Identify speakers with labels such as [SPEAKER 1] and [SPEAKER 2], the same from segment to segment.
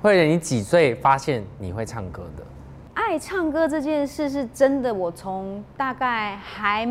[SPEAKER 1] 或者你几岁发现你会唱歌的？
[SPEAKER 2] 爱唱歌这件事是真的，我从大概还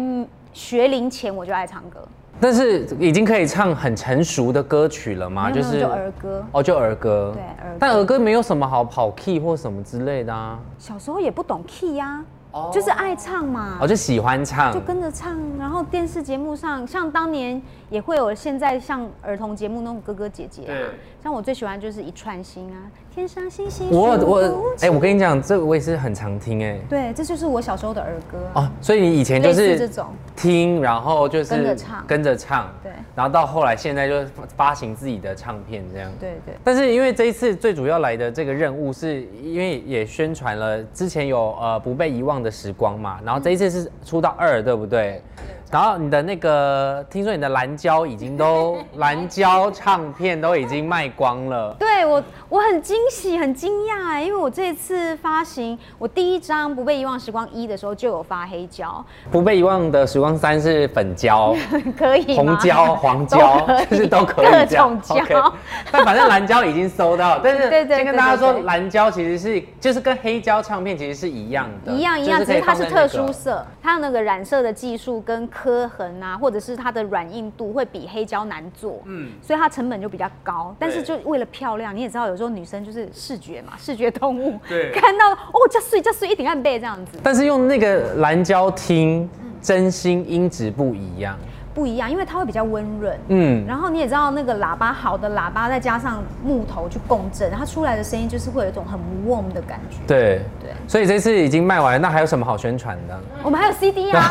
[SPEAKER 2] 学龄前我就爱唱歌，
[SPEAKER 1] 但是已经可以唱很成熟的歌曲了吗？
[SPEAKER 2] 没有没有就儿歌
[SPEAKER 1] 哦，就儿歌。
[SPEAKER 2] 对儿歌
[SPEAKER 1] 但儿歌没有什么好跑 key 或什么之类的啊，
[SPEAKER 2] 小时候也不懂 key 呀、
[SPEAKER 1] 哦
[SPEAKER 2] 就是爱唱嘛
[SPEAKER 1] 我、。就喜欢唱
[SPEAKER 2] 就。跟着唱，然后电视节目上，像当年也会有现在像儿童节目那种哥哥姐姐、啊
[SPEAKER 1] 对，
[SPEAKER 2] 像我最喜欢就是一串星啊，天上星星
[SPEAKER 1] 我
[SPEAKER 2] 数不
[SPEAKER 1] 我哎、我
[SPEAKER 2] 清
[SPEAKER 1] 跟你讲，这个我也是很常听哎、
[SPEAKER 2] 对，这就是我小时候的儿歌啊、
[SPEAKER 1] 哦，所以你以前就
[SPEAKER 2] 类
[SPEAKER 1] 是
[SPEAKER 2] 似这种
[SPEAKER 1] 听，然后就是
[SPEAKER 2] 跟着唱
[SPEAKER 1] 跟着唱，
[SPEAKER 2] 对
[SPEAKER 1] 然后到后来现在就是发行自己的唱片这样。
[SPEAKER 2] 对对，
[SPEAKER 1] 但是因为这一次最主要来的这个任务，是因为也宣传了之前有呃不被遗忘的时光嘛，然后这一次是出到二，对不对？然后你的那个，听说你的蓝胶已经都蓝胶唱片都已经卖光了，
[SPEAKER 2] 对我，我很惊喜，很惊讶哎，因为我这次发行我第一张《不被遗忘时光一》的时候就有发黑胶，
[SPEAKER 1] 不被遗忘的时光三是粉胶。
[SPEAKER 2] 可以吗
[SPEAKER 1] 红椒、黄椒
[SPEAKER 2] 都可以，
[SPEAKER 1] 就是都可以
[SPEAKER 2] 各
[SPEAKER 1] 这样
[SPEAKER 2] 种。椒
[SPEAKER 1] OK 但反正蓝椒已经收到，但是
[SPEAKER 2] 对对对
[SPEAKER 1] 先跟大家
[SPEAKER 2] 对
[SPEAKER 1] 说
[SPEAKER 2] 对，
[SPEAKER 1] 蓝椒其实是就是跟黑胶唱片其实是一样的，
[SPEAKER 2] 一样一样，
[SPEAKER 1] 就
[SPEAKER 2] 只
[SPEAKER 1] 可以
[SPEAKER 2] 是它是
[SPEAKER 1] 放在那个
[SPEAKER 2] 特殊色，它的那个染色的技术跟刻痕啊，或者是它的软硬度会比黑胶难做，嗯，所以它成本就比较高。但是就为了漂亮，你也知道，有时候女生就是视觉嘛， 视觉动物，
[SPEAKER 1] 对
[SPEAKER 2] 看到哦，这碎这碎，一定按背这样子，
[SPEAKER 1] 但是用那个蓝胶
[SPEAKER 2] 嗯
[SPEAKER 1] 听，真心音质不一样。
[SPEAKER 2] 不一样，因为它会比较温润，
[SPEAKER 1] 嗯，
[SPEAKER 2] 然后你也知道，那个喇叭好的喇叭，再加上木头去共振，它出来的声音就是会有一种很 warm 的感觉。
[SPEAKER 1] 对
[SPEAKER 2] 对嗯
[SPEAKER 1] 所以这次已经卖完了，那还有什么好宣传的？
[SPEAKER 2] 我们还有 CD 啊，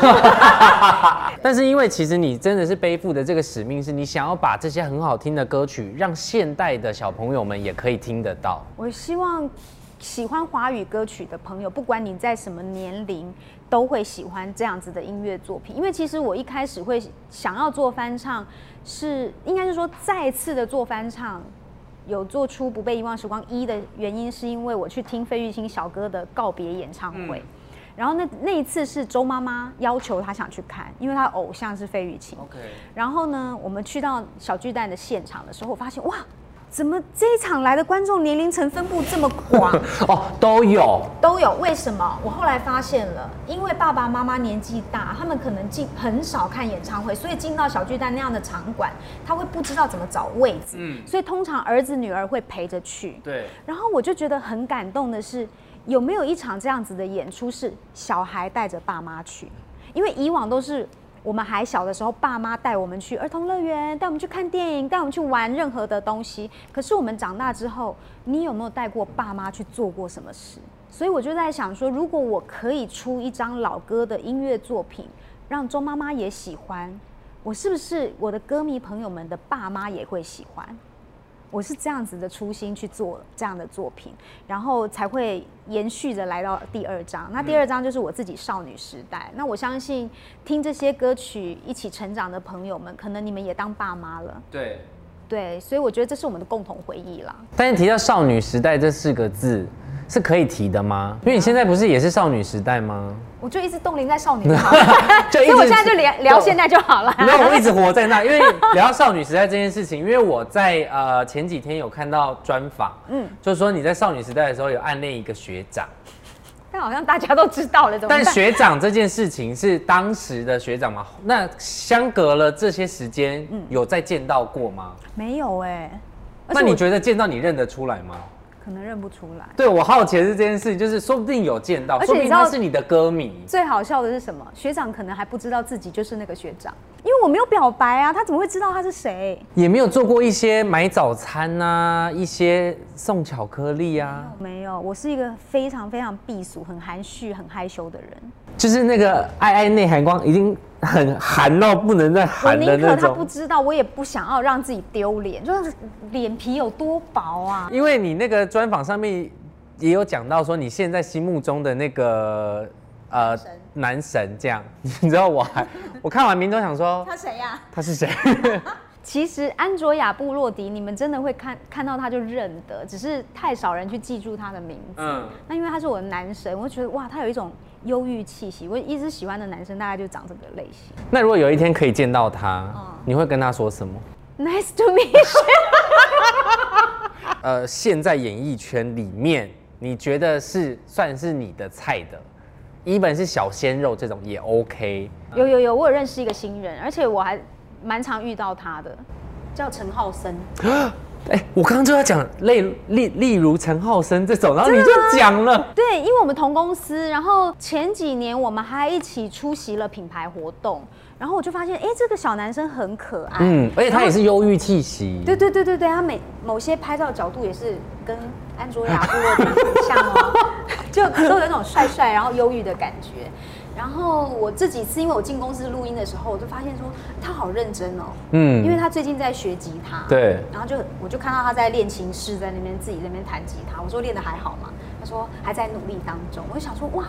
[SPEAKER 1] 但是因为其实你真的是背负的这个使命，是你想要把这些很好听的歌曲，让现代的小朋友们也可以听得到。
[SPEAKER 2] 我希望喜欢华语歌曲的朋友，不管你在什么年龄，都会喜欢这样子的音乐作品。因为其实我一开始会想要做翻唱，是应该是说再次的做翻唱。有做出《不被遗忘时光一》的原因，是因为我去听费玉清小哥的告别演唱会，然后那那一次是周妈妈要求她想去看，因为她的偶像是费玉清。
[SPEAKER 1] OK，
[SPEAKER 2] 然后呢，我们去到小巨蛋的现场的时候，我发现哇，怎么这一场来的观众年龄层分布这么广？
[SPEAKER 1] 哦，都有。
[SPEAKER 2] 都有，为什么？我后来发现了，因为爸爸妈妈年纪大，他们可能进很少看演唱会，所以进到小巨蛋那样的场馆，他会不知道怎么找位置，
[SPEAKER 1] 嗯
[SPEAKER 2] 所以通常儿子女儿会陪着去。
[SPEAKER 1] 对，
[SPEAKER 2] 然后我就觉得很感动的是，有没有一场这样子的演出是小孩带着爸妈去？因为以往都是我们还小的时候，爸妈带我们去儿童乐园，带我们去看电影，带我们去玩任何的东西。可是我们长大之后，你有没有带过爸妈去做过什么事？所以我就在想说，如果我可以出一张老歌的音乐作品，让周妈妈也喜欢，我是不是我的歌迷朋友们的爸妈也会喜欢？我是这样子的初心去做这样的作品，然后才会延续着来到第二章。
[SPEAKER 1] 嗯
[SPEAKER 2] 那第二章就是我自己少女时代。那我相信听这些歌曲一起成长的朋友们，可能你们也当爸妈了，
[SPEAKER 1] 对。
[SPEAKER 2] 对，所以我觉得这是我们的共同回忆啦。
[SPEAKER 1] 但是提到少女时代这四个字，是可以提的吗？因为你现在不是也是少女时代吗？
[SPEAKER 2] 我就一直冻龄在少女就好了，
[SPEAKER 1] 就
[SPEAKER 2] 哎
[SPEAKER 1] 一
[SPEAKER 2] 所以
[SPEAKER 1] 直
[SPEAKER 2] 我现在就聊聊现在就好 了。
[SPEAKER 1] 没有，我一直活在那。因为聊到少女时代这件事情，因为我在呃前几天有看到专访，嗯
[SPEAKER 2] 嗯，
[SPEAKER 1] 就说你在少女时代的时候有暗恋一个学长，
[SPEAKER 2] 但好像大家都知道了，怎么
[SPEAKER 1] 但
[SPEAKER 2] 办？
[SPEAKER 1] 学长这件事情是当时的学长嘛？那相隔了这些时间，有再见到过吗？
[SPEAKER 2] 没有哎、嗯而
[SPEAKER 1] 那
[SPEAKER 2] 且
[SPEAKER 1] 你
[SPEAKER 2] 我
[SPEAKER 1] 觉得见到你认得出来吗？
[SPEAKER 2] 可能认不出来。
[SPEAKER 1] 对我好奇的是这件事，就是说不定有见到，
[SPEAKER 2] 而且
[SPEAKER 1] 说不
[SPEAKER 2] 你
[SPEAKER 1] 定
[SPEAKER 2] 知道
[SPEAKER 1] 他是你的歌迷。
[SPEAKER 2] 最好笑的是什么？学长可能还不知道自己就是那个学长，因为我没有表白啊，他怎么会知道他是谁？
[SPEAKER 1] 也没有做过一些买早餐啊，一些送巧克力啊，
[SPEAKER 2] 哦没有，我是一个非常非常避俗、很含蓄、很害羞的人。
[SPEAKER 1] 就是那个爱爱内涵光已经很寒到不能再
[SPEAKER 2] 我
[SPEAKER 1] 寒的
[SPEAKER 2] 宁可
[SPEAKER 1] 那
[SPEAKER 2] 他不
[SPEAKER 1] 种。
[SPEAKER 2] 知道，我也不想要让自己丢脸，就是脸皮有多薄啊！
[SPEAKER 1] 因为你那个专访上面也有讲到说你现在心目中的那个呃男神这样， 你知道我还我看完名中想说
[SPEAKER 2] 他谁啊呀、
[SPEAKER 1] 他是谁？
[SPEAKER 2] 其实安卓雅布洛迪，你们真的会看看到他就认得，只是太少人去记住他的名字。
[SPEAKER 1] 嗯，
[SPEAKER 2] 那因为他是我的男神，我就觉得哇，他有一种忧郁气息。我一直喜欢的男生大概就长这个类 型。
[SPEAKER 1] 那如果有一天可以见嗯到他，你会跟他说什么？
[SPEAKER 2] Nice to meet you。
[SPEAKER 1] 呃，现在演艺圈里面，你觉得是算是你的菜的，一本是小鲜肉这种也 OK。
[SPEAKER 2] 有有有，我有认识一个新人，而且我还蛮常遇到他的，叫陈浩森。
[SPEAKER 1] 哎、我刚刚就要讲，例例例如陈浩生这种，然后你就讲了，
[SPEAKER 2] 对，因为我们同公司，然后前几年我们还一起出席了品牌活动，然后我就发现，哎，这个小男生很可爱。
[SPEAKER 1] 嗯，而且他也是忧郁气息，
[SPEAKER 2] 对对对对对，他每某些拍照角度也是跟安卓雅部落的很像哦， 就都有那种帅帅然后忧郁的感觉。然后我这几次，因为我进公司录音的时候，我就发现说他好认真哦，
[SPEAKER 1] 嗯
[SPEAKER 2] 因为他最近在学吉他，
[SPEAKER 1] 对
[SPEAKER 2] 然后就我就看到他在练琴室，在那边自己在那边弹吉他，我说练的还好吗？他说还在努力当中，我就想说哇。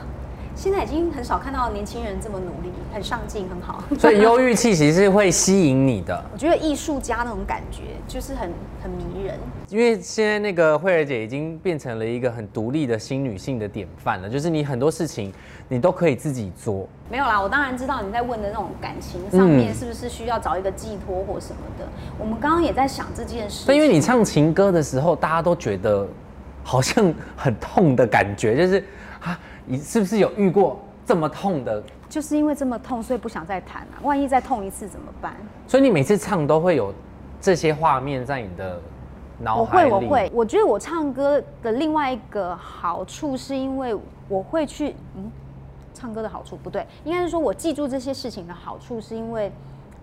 [SPEAKER 2] 现在已经很少看到年轻人这么努力，很上进，很好。
[SPEAKER 1] 所以忧郁气息是会吸引你的。
[SPEAKER 2] 我觉得艺术家那种感觉就是很很迷人。
[SPEAKER 1] 因为现在那个慧儿姐已经变成了一个很独立的新女性的典范了，就是你很多事情你都可以自己做。
[SPEAKER 2] 没有啦，我当然知道你在问的那种感情上面
[SPEAKER 1] 嗯
[SPEAKER 2] 是不是需要找一个寄托或什么的。我们刚刚也在想这件事
[SPEAKER 1] 所
[SPEAKER 2] 情，
[SPEAKER 1] 以因为你唱情歌的时候，大家都觉得好像很痛的感觉，就是啊，你是不是有遇过这么痛的？
[SPEAKER 2] 就是因为这么痛，所以不想再谈啊。万一再痛一次怎么办？
[SPEAKER 1] 所以你每次唱都会有这些画面在你的脑
[SPEAKER 2] 我
[SPEAKER 1] 海
[SPEAKER 2] 会，
[SPEAKER 1] 里。
[SPEAKER 2] 我会。我觉得我唱歌的另外一个好处是因为我会去，嗯，唱歌的好处不对，应该是说我记住这些事情的好处是因为。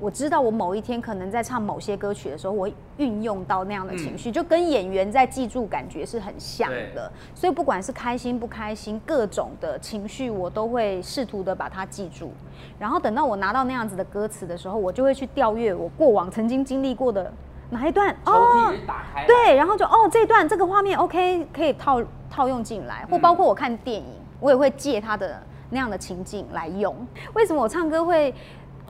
[SPEAKER 2] 我知道我某一天可能在唱某些歌曲的时候，我会运用到那样
[SPEAKER 1] 嗯
[SPEAKER 2] 的情绪，就跟演员在记住感觉是很像的。所以不管是开心不开心，各种的情绪我都会试图的把它记住。然后等到我拿到那样子的歌词的时候，我就会去调阅我过往曾经经历过的哪一段哦，
[SPEAKER 1] 打开
[SPEAKER 2] 对，然后就哦，这段这个画面 OK 可以套套用进来，
[SPEAKER 1] 嗯
[SPEAKER 2] 或包括我看电影，我也会借他的那样的情境来用。为什么我唱歌会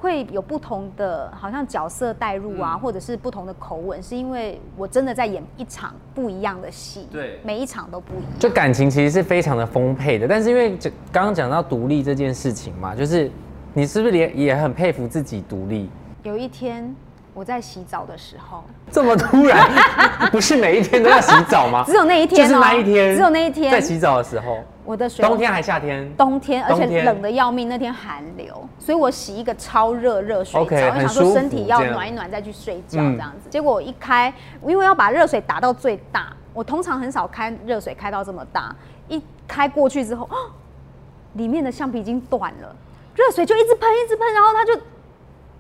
[SPEAKER 2] 会有不同的好像角色代入
[SPEAKER 1] 嗯
[SPEAKER 2] 啊，或者是不同的口吻，是因为我真的在演一场不一样的戏，
[SPEAKER 1] 对
[SPEAKER 2] 每一场都不一样。
[SPEAKER 1] 就感情其实是非常的丰沛的，但是因为这刚刚讲到独立这件事情嘛，就是你是不是也也很佩服自己独立？
[SPEAKER 2] 有一天我在洗澡的时候，
[SPEAKER 1] 这么突然， 不是每一天都要洗澡 吗？
[SPEAKER 2] 只有那一天哦
[SPEAKER 1] 啊就是那一天，
[SPEAKER 2] 只有那一天啊
[SPEAKER 1] 在洗澡的时候，
[SPEAKER 2] 我的水龙
[SPEAKER 1] 冬天还夏天，
[SPEAKER 2] 冬天，而
[SPEAKER 1] 冬
[SPEAKER 2] 且
[SPEAKER 1] 天
[SPEAKER 2] 冷的要命，那天寒流，所以我洗一个超热热水
[SPEAKER 1] OK，
[SPEAKER 2] 澡，我想
[SPEAKER 1] 很舒
[SPEAKER 2] 说
[SPEAKER 1] 服
[SPEAKER 2] 身体要
[SPEAKER 1] 这样
[SPEAKER 2] 暖一暖再去睡觉
[SPEAKER 1] 嗯
[SPEAKER 2] 这样子。结果我一开，因为要把热水打到最大，我通常很少开热水开到这么大，一开过去之后，啊里面的橡皮筋断了，热水就一直喷一直喷，然后它就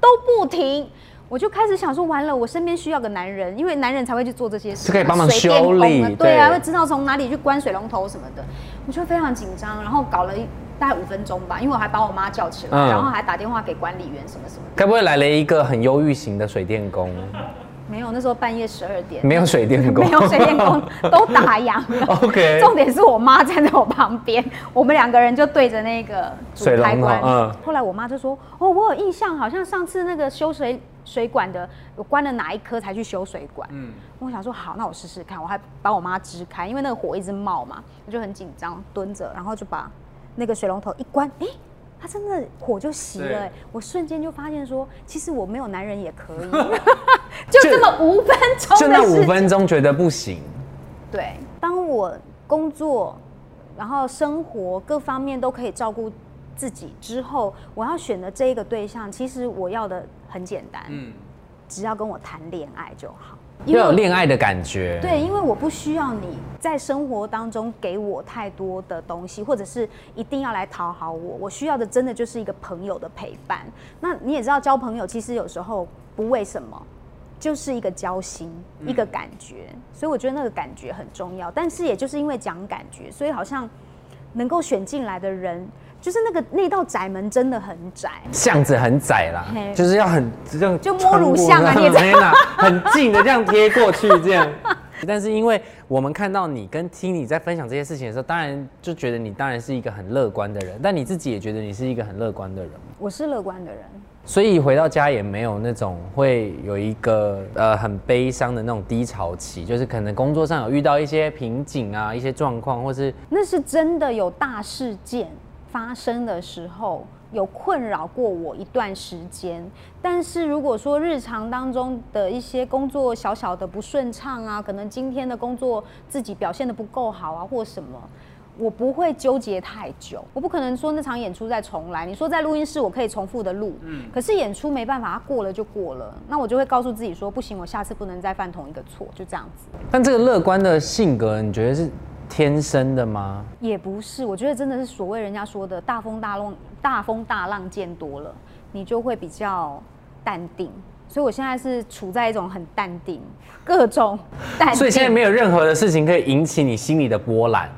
[SPEAKER 2] 都不停。我就开始想说，完了，我身边需要个男人，因为男人才会去做这些事嘛，
[SPEAKER 1] 是可以帮忙
[SPEAKER 2] 水电
[SPEAKER 1] 修理
[SPEAKER 2] 工啊对啊，
[SPEAKER 1] 对
[SPEAKER 2] 会知道从哪里去关水龙头什么的，我就非常紧张，然后搞了一大概五分钟吧，因为我还把我妈叫起来，
[SPEAKER 1] 嗯
[SPEAKER 2] 然后还打电话给管理员什么什么的。
[SPEAKER 1] 该不会来了一个很忧郁型的水电 工？
[SPEAKER 2] 没有，那时候半夜十二点，
[SPEAKER 1] 没有水电工，
[SPEAKER 2] 没有水电工都打烊了。
[SPEAKER 1] OK
[SPEAKER 2] 重点是我妈站在我旁边，我们两个人就对着那个主
[SPEAKER 1] 水龙
[SPEAKER 2] 开关。
[SPEAKER 1] 头嗯
[SPEAKER 2] 后来我妈就说：“哦，我有印象，好像上次那个修水水管的，有关了哪一颗才去修水管。”嗯，我想说好，那我试试看。我还把我妈支开，因为那个火一直冒嘛，我就很紧张，蹲着，然后就把那个水龙头一关，哎、它真的火就熄了、
[SPEAKER 1] 对
[SPEAKER 2] 哎我瞬间就发现说，其实我没有男人也可 以，就这么五分钟
[SPEAKER 1] 就
[SPEAKER 2] 的事情。
[SPEAKER 1] 那五分钟觉得不行，
[SPEAKER 2] 对，当我工作，然后生活各方面都可以照顾自己之后，我要选的这一个对象，其实我要的很简单，
[SPEAKER 1] 嗯，
[SPEAKER 2] 只要跟我谈恋爱就好。
[SPEAKER 1] 要有恋爱的感觉，
[SPEAKER 2] 对，因为我不需要你在生活当中给我太多的东西，或者是一定要来讨好我。我需要的真的就是一个朋友的陪伴。那你也知道，交朋友其实有时候不为什么，就是一个交心，一个感觉。所以我觉得那个感觉很重要。但是也就是因为讲感觉，所以好像能够选进来的人，就是那个那道窄门真的很窄。
[SPEAKER 1] 巷子很窄啦
[SPEAKER 2] 嘿，
[SPEAKER 1] 就是要很这样
[SPEAKER 2] 就摸乳巷啊
[SPEAKER 1] 穿过
[SPEAKER 2] 你也知道
[SPEAKER 1] 天哪很近的这样贴过去这样。 但是因为我们看到你跟听你在分享这些事情的时候，当然就觉得你当然是一个很乐观的人，但你自己也觉得你是一个很乐观的人，
[SPEAKER 2] 我是乐观的人，
[SPEAKER 1] 所以回到家也没有那种会有一个呃很悲伤的那种低潮期，就是可能工作上有遇到一些瓶颈啊、一些状况，或是
[SPEAKER 2] 那是真的有大事件，发生的时候有困扰过我一段时间，但是如果说日常当中的一些工作小小的不顺畅啊，可能今天的工作自己表现的不够好啊，或什么。我不会纠结太久，我不可能说那场演出再重来。你说在录音室我可以重复的录，可是演出没办法，它过了就过了。那我就会告诉自己说，不行，我下次不能再犯同一个错，就这样子。
[SPEAKER 1] 但这个乐观的性格，你觉得是天生的吗？
[SPEAKER 2] 也不是，我觉得真的是所谓人家说的大风大浪，大风大浪见多了，你就会比较淡定。所以我现在是处在一种很淡定，各种淡 定，
[SPEAKER 1] 所以现在没有任何的事情可以引起你心里的波澜，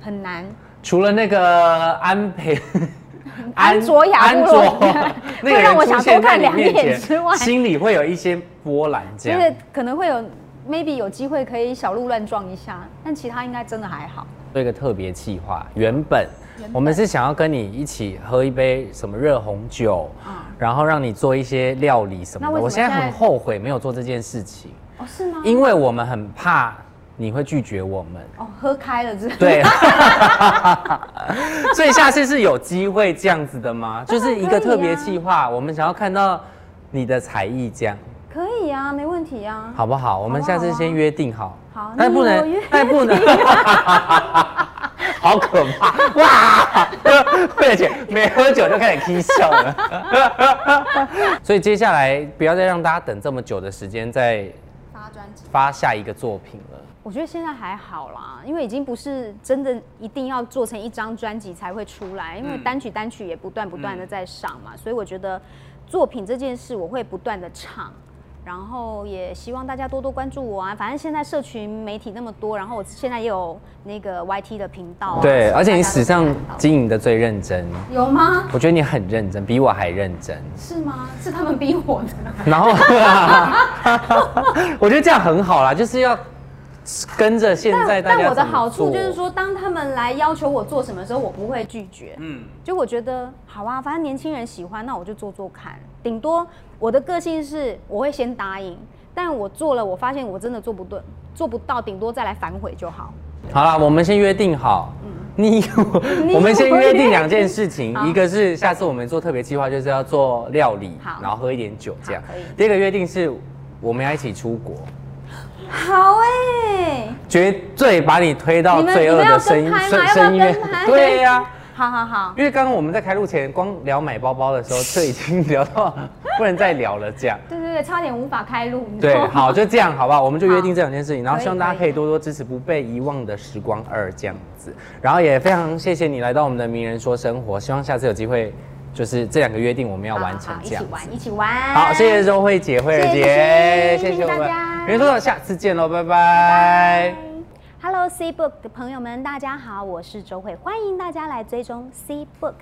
[SPEAKER 2] 很难。
[SPEAKER 1] 除了那个安培。
[SPEAKER 2] 安卓雅
[SPEAKER 1] 安
[SPEAKER 2] 布
[SPEAKER 1] 卓
[SPEAKER 2] 洛克
[SPEAKER 1] 那个
[SPEAKER 2] 会让
[SPEAKER 1] 人
[SPEAKER 2] 我
[SPEAKER 1] 出
[SPEAKER 2] 想
[SPEAKER 1] 现在
[SPEAKER 2] 多看
[SPEAKER 1] 你
[SPEAKER 2] 两
[SPEAKER 1] 面
[SPEAKER 2] 眼
[SPEAKER 1] 前，
[SPEAKER 2] 之外，
[SPEAKER 1] 心里会有一些波澜，这
[SPEAKER 2] 就
[SPEAKER 1] 样。
[SPEAKER 2] 是可能会有 maybe 有机会可以小鹿乱撞一下，但其他应该真的还好。
[SPEAKER 1] 做一个特别企划。原本我们是想要跟你一起喝一杯什么热红酒，然后让你做一些料理什么
[SPEAKER 2] 嗯那
[SPEAKER 1] 的。
[SPEAKER 2] 为什么
[SPEAKER 1] 我现在
[SPEAKER 2] 现在
[SPEAKER 1] 很后悔没有做这件事情，
[SPEAKER 2] 哦，是吗？
[SPEAKER 1] 因为我们很怕你会拒绝我们。
[SPEAKER 2] 哦，喝开了是 不是？
[SPEAKER 1] 对， 所以下次是有机会这样子的吗？就是一个
[SPEAKER 2] 啊
[SPEAKER 1] 特别企划，我们想要看到你的才艺，这样
[SPEAKER 2] 可以啊，没问题啊。
[SPEAKER 1] 好不好？我们下次
[SPEAKER 2] 好啊
[SPEAKER 1] 先约定好。
[SPEAKER 2] 好
[SPEAKER 1] 但
[SPEAKER 2] 你
[SPEAKER 1] 不
[SPEAKER 2] 我
[SPEAKER 1] 能
[SPEAKER 2] 约，
[SPEAKER 1] 但不 能，好可怕哇！慧姐没喝酒就开始 k 笑了， 所以接下来不要再让大家等这么久的时间再
[SPEAKER 2] 发专辑，
[SPEAKER 1] 发下一个作品了。
[SPEAKER 2] 我觉得现在还好啦，因为已经不是真的一定要做成一张专辑才会出来，因为
[SPEAKER 1] 嗯
[SPEAKER 2] 单曲单曲也不断不断的在上嘛，所以我觉得作品这件事我会不断的唱。然后也希望大家多多关注我啊！反正现在社群媒体那么多，然后我现在也有那个 YT 的频道、啊。
[SPEAKER 1] 对，而且你
[SPEAKER 2] 大家都可
[SPEAKER 1] 史
[SPEAKER 2] 以
[SPEAKER 1] 上
[SPEAKER 2] 看到
[SPEAKER 1] 经营的最认真，
[SPEAKER 2] 有吗？
[SPEAKER 1] 我觉得你很认真，比我还认真。
[SPEAKER 2] 是吗？是他们逼我的。
[SPEAKER 1] 然后， 我觉得这样很好啦，就是要跟着现在大
[SPEAKER 2] 但
[SPEAKER 1] 家
[SPEAKER 2] 但我的
[SPEAKER 1] 怎么
[SPEAKER 2] 好处
[SPEAKER 1] 做
[SPEAKER 2] 就是，说，当他们来要求我做什么的时候，我不会拒绝。嗯，就我觉得好啊，反正年轻人喜欢，那我就做做看。顶多我的个性是我会先答应，但我做了，我发现我真的做不对，做不到，顶多再来反悔就好。
[SPEAKER 1] 好啦，我们先约定好。你
[SPEAKER 2] 嗯你
[SPEAKER 1] 我们先
[SPEAKER 2] 我
[SPEAKER 1] 约
[SPEAKER 2] 约
[SPEAKER 1] 定两件事 情，
[SPEAKER 2] 好
[SPEAKER 1] 一个是下次我们做特别计划，就是要做料理
[SPEAKER 2] 好，
[SPEAKER 1] 然后喝一点酒这样
[SPEAKER 2] 好可以。
[SPEAKER 1] 第二个约定是我们要一起出国，
[SPEAKER 2] 好哎、
[SPEAKER 1] 绝对把你推到
[SPEAKER 2] 你们
[SPEAKER 1] 罪恶
[SPEAKER 2] 你们
[SPEAKER 1] 的
[SPEAKER 2] 要
[SPEAKER 1] 深
[SPEAKER 2] 跟拍
[SPEAKER 1] 深
[SPEAKER 2] 吗要不要
[SPEAKER 1] 深渊
[SPEAKER 2] 跟拍。
[SPEAKER 1] 对呀、
[SPEAKER 2] 好好好，
[SPEAKER 1] 因为刚刚我们在开录前光聊买包包的时候，就已经聊到不能再聊了这样。
[SPEAKER 2] 对对对，差点无法开路。你知道
[SPEAKER 1] 对
[SPEAKER 2] 吗，
[SPEAKER 1] 好，就这样，好不好？我们就约定这两件事情，然后
[SPEAKER 2] 可以
[SPEAKER 1] 希望大家
[SPEAKER 2] 可
[SPEAKER 1] 可
[SPEAKER 2] 以
[SPEAKER 1] 以多多支持《不被遗忘的时光二》这样子，然后也非常谢谢你来到我们的名人说生活，希望下次有机会，就是这两个约定我们要
[SPEAKER 2] 好好
[SPEAKER 1] 完成
[SPEAKER 2] 好一
[SPEAKER 1] 这样
[SPEAKER 2] 起
[SPEAKER 1] 子。
[SPEAKER 2] 玩，一起玩。
[SPEAKER 1] 好，谢谢周慧姐、慧儿姐，
[SPEAKER 2] 谢谢
[SPEAKER 1] 我
[SPEAKER 2] 大
[SPEAKER 1] 们
[SPEAKER 2] 家
[SPEAKER 1] 名人说生活下次见喽，拜拜
[SPEAKER 2] Hello C Book 的朋友们，大家好，我是周慧，欢迎大家来追踪 C Book